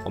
我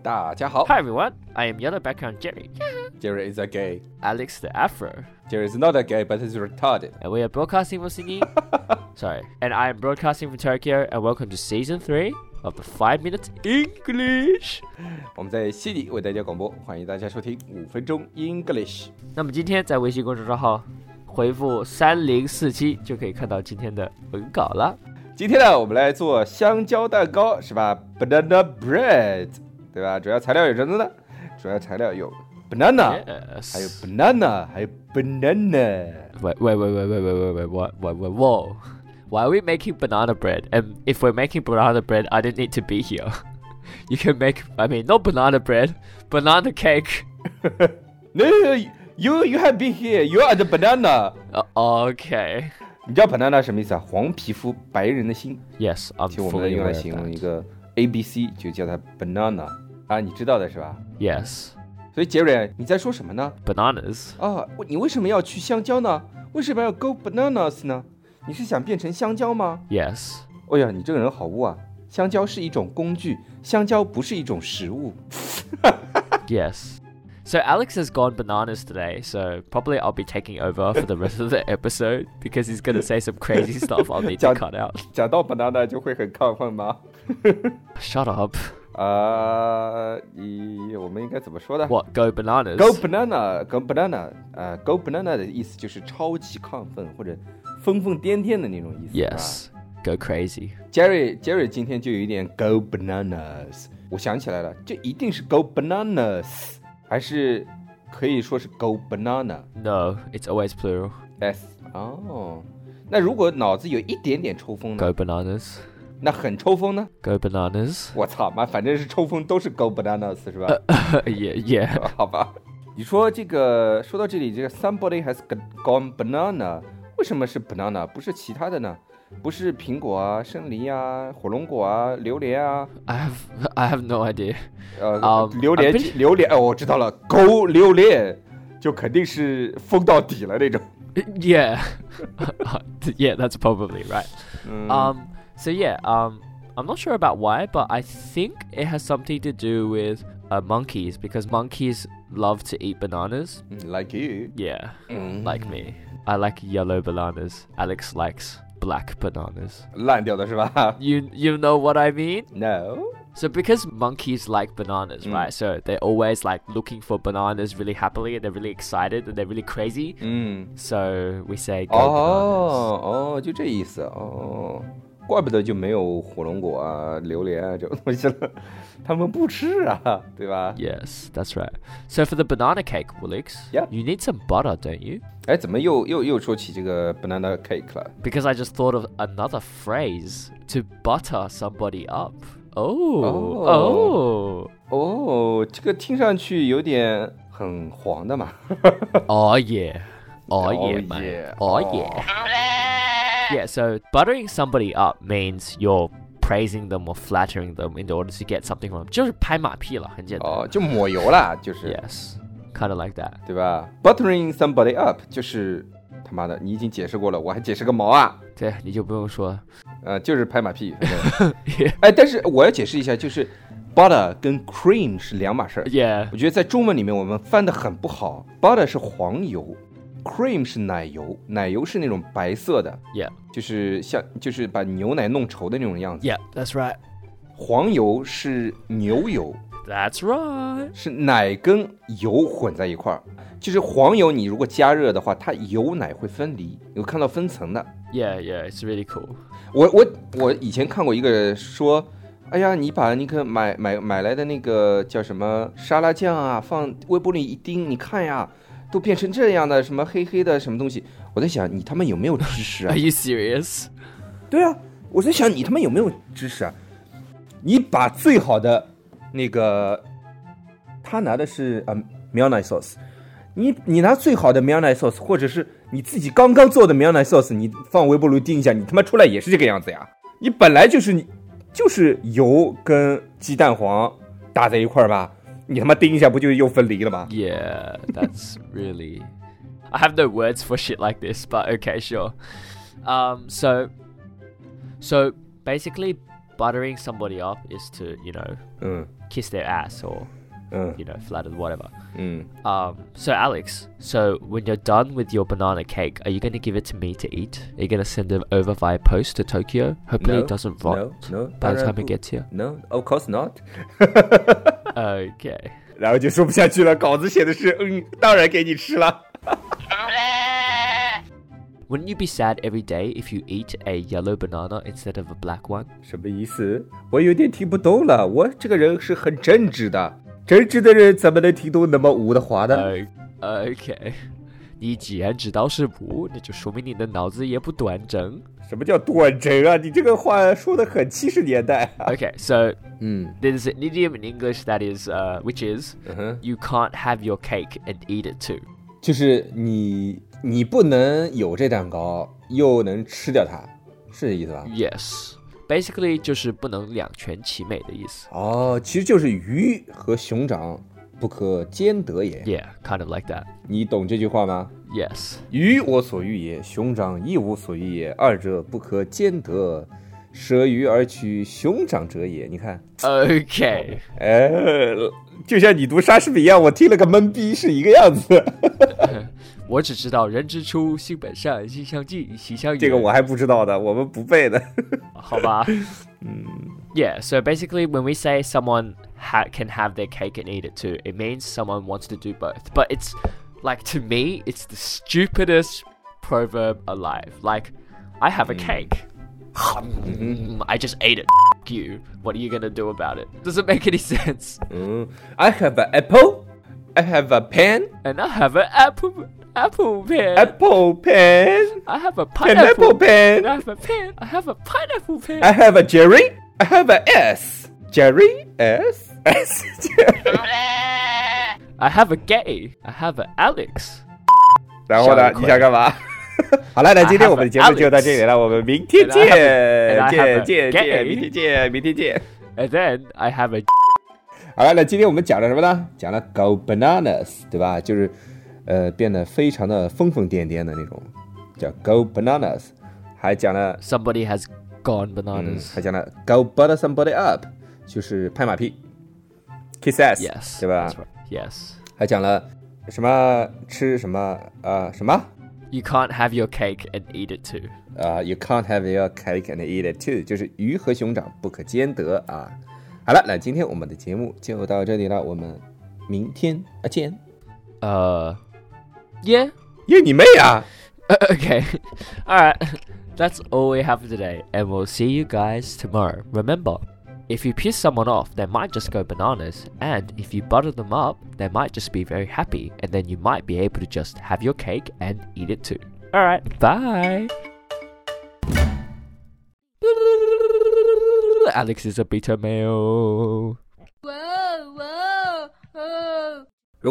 大家好 Oh. Hi everyone, I am Yellow Background Jerry. ，Jerry is a gay. Alex the Afro. Jerry is not a gay, but he's retarded. And we are broadcasting from Sydney. Sorry. And I am broadcasting from Tokyo and welcome to season three of the five minutes English. 我们在悉尼为大家广播，欢迎大家收听五分钟 English。那么今天在微信公众账号回复三零四七就可以看到今天的文稿了。今天呢，我们来做香蕉蛋糕，是吧？Banana bread，对吧？主要材料有什么呢？主要材料有 banana，还有 Yes. banana，还有 banana。 Wait, wait, wait, wait, wait, wait, wait, wait, what, what, what, whoa. Why are we making banana bread? And if we're making banana bread, I didn't need to be here. You can make, I mean, not banana bread, banana cake. No, no, no, you you have been here. You are the banana. Uh, okay. 你知道 banana 什么意思啊？黄皮肤白人的心。 Yes, I'm 其实我们 fully 用 aware 来 of 形容一 that. 个 A B C，就叫它 banana 啊，你知道的是吧？ Yes, 所以杰瑞，你在说什么呢？ bananas. 啊，我你为什么要去香蕉呢？为什么要 go bananas 呢？你是想变成香蕉吗？ Yes. 哎呀，你这个人好污啊！香蕉是一种工具，香蕉不是一种食物。 Yes. So Alex has gone bananas today, so probably I'll be taking over for the rest of the episode because he's gonna say some crazy stuff I'll need to John- cut out. 讲到 banana 就会很亢奋吗？ Shut up. 啊、你我们应该怎么说呢 What? Go bananas. Go banana, go banana，呃，go banana 的意思就是超级亢奋或者疯疯癫癫的那种意思。啊 Yes. Go crazy. Jerry Jerry 今天就有一点 go bananas，我想起来了，这一定是 go bananas，还是可以说是 go banana No, it's always plural. s 哦。那如果脑子有一点点抽风呢？ Go bananas. 那很抽风呢？ Go bananas. 我操妈，反正是抽风都是 go bananas 是吧？ yeah, yeah. 好吧。你说这个，说到这里，这个 somebody has gone banana，为什么是 banana 不是其他的呢？不是苹果啊、生梨啊、火龙果啊、榴莲啊， I have I have no idea. 呃，啊榴莲啊不是，榴莲，哦，我知道了，狗榴莲，就肯定是疯到底了那种。 Yeah. yeah, that's probably right. Um so yeah, um I'm not sure about why, but I think it has something to do with uh, monkeys because monkeys love to eat bananas. 嗯 Like you， Yeah. Like me. I like yellow bananas. Alex likes black bananas. 烂掉的是吧 You you know what I mean? ？No， So because monkeys like bananas, Mm. right? So they're always like looking for bananas really happily and they're really excited and they're really crazy. 嗯， So we say go 哦 Oh. bananas. 哦，就这意思哦，怪不得就没有火龙果啊、榴莲啊这种东西了，他们不吃啊，对吧？ Yes, that's right. So for the banana cake, Woolix, Yep. you need some butter, don't you? 哎，怎么又又又说起这个 banana cake 了？ Because I just thought of another phrase to butter somebody up. Oh, Oh. oh, 哦，这个听上去有点很黄的嘛。哦 oh, yeah, oh, yeah, mate. oh yeah, yeah. So buttering somebody up means you're praising them or flattering them in order to get something from them. 就是拍马屁了，很简单。哦，就抹油啦，就是。 Yes, kind of like that. 对吧？Buttering somebody up 就是他妈的，你已经解释过了，我还解释个毛啊！对，你就不用说了。呃，就是拍马屁。反正哎，但是我要解释一下，就是 butter 跟 cream 是两码事儿。 Yeah, 我觉得在中文里面我们翻的很不好，butter 是黄油，cream 是奶油，奶油是那种白色的， yeah, 就是像就是把牛奶弄稠的那种样子。 yeah. That's right. 黄油是牛油， That's right. 是奶跟油混在一块儿，就是黄油，你如果加热的话，它油奶会分离，有看到分层的。 Yeah, yeah, it's really cool. 我我我以前看过一个说，哎呀，你把那个买买买来的那个叫什么沙拉酱啊，放微波炉里一叮，你看呀，都变成这样的什么黑黑的什么东西。我我在想你他妈有没有知识啊 Are？you serious? 对啊，我在想你他妈有没有知识啊？你把最好的那个，他拿的是啊 m i l n i sauce，你你拿最好的 m i l n i sauce，或者是你自己刚刚做的 m i l n i sauce，你放微波炉叮一下，你他妈出来也是这个样子呀？你本来就是你就是油跟鸡蛋黄打在一块儿吧，你他妈叮一下不就又分离了吗？ Yeah, that's really. I have no words for shit like this, but okay, sure. Um, so, so basically, buttering somebody up is to you know 嗯 kiss their ass or 嗯 you know flatter whatever. 嗯， Um, so Alex, so when you're done with your banana cake, are you gonna give it to me to eat? Are you gonna send it over via post to Tokyo? Hopefully, No, it doesn't no, rot no, by the 当然 time 不 it gets here. No，of course not 。 Okay. 然后就说不下去了，稿子写的是，嗯，当然给你吃了。 Wouldn't you be sad every day if you eat a yellow banana instead of a black one? 什么意思？我有点听不懂了。我这个人是很正直的，正直的人怎么能听懂那么无的话呢？呃，OK，你 既然知道是不，那就说明你的脑子也不端正。什么叫短程啊？你这个话说的很七十年代啊。 Okay, so 嗯 there's an idiom in English that is, uh, which is, 嗯哼， you can't have your cake and eat it too. 就是你你不能有这蛋糕，又能吃掉它，是这意思吧？ Yes, basically 就是不能两全其美的意思。哦，其实就是鱼和熊掌不可兼得也。 Yeah, kind of like that. 你懂这句话吗？ Yes. 鱼我所欲也，熊掌亦我所欲也，二者不可兼得。舍鱼而取熊掌者也。你看， Okay. 哎，就像你读莎士比亚，我听了个懵逼是一个样子。我只知道人之初，性本善，性相近，习相远。这个我还不知道的，我们不背的。好吧。Yeah, Mm. so basically, when we say someone ha- can have their cake and eat it too, it means someone wants to do both. But it's like to me, it's the stupidest proverb alive. Like, I have a Mm. cake. Mm-hmm. I just ate it. F- you. What are you gonna do about it? Doesn't make any sense. 嗯，I Mm. have an apple, I have a pen, And I have an apple, apple pen. apple pen, I have a pineapple pineapple And I pen, have a pen. I have a pineapple pen. I have a Jerry, I have a S, Jerry S S Jerry。 I have a gay. I have a Alex. 然后呢小？鬼你想干嘛？好了，那今天我们的节目就到这里了，我们明天 And I have 见 a-，见见 and I have a gay 见，明天见，明天见。 And then I have a 好了，那今天我们讲了什么呢？讲了 go bananas，对吧？就是呃，变得非常的疯疯癫癫的那种，叫 go bananas，还讲了 somebody has gone 嗯 bananas. 还讲了 go butter somebody up，就是拍马屁，kiss ass， Yes. 对吧 that's？right. Yes. 还讲了什么吃什么呃什么 You can't have your cake and eat it too. 啊、y o u can't have your cake and eat it too，就是鱼和熊掌不可兼得啊。好了，那今天我们的节目就到这里了，我们明天啊见。 Uh, yeah. 耶，你妹啊！ okay. all right. That's all we have today, and we'll see you guys tomorrow. Remember, if you piss someone off, they might just go bananas, and if you butter them up, they might just be very happy, and then you might be able to just have your cake and eat it too. All right. Bye. Alex is a beta male. 哇哦哇哦哦！如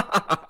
哈哈哈。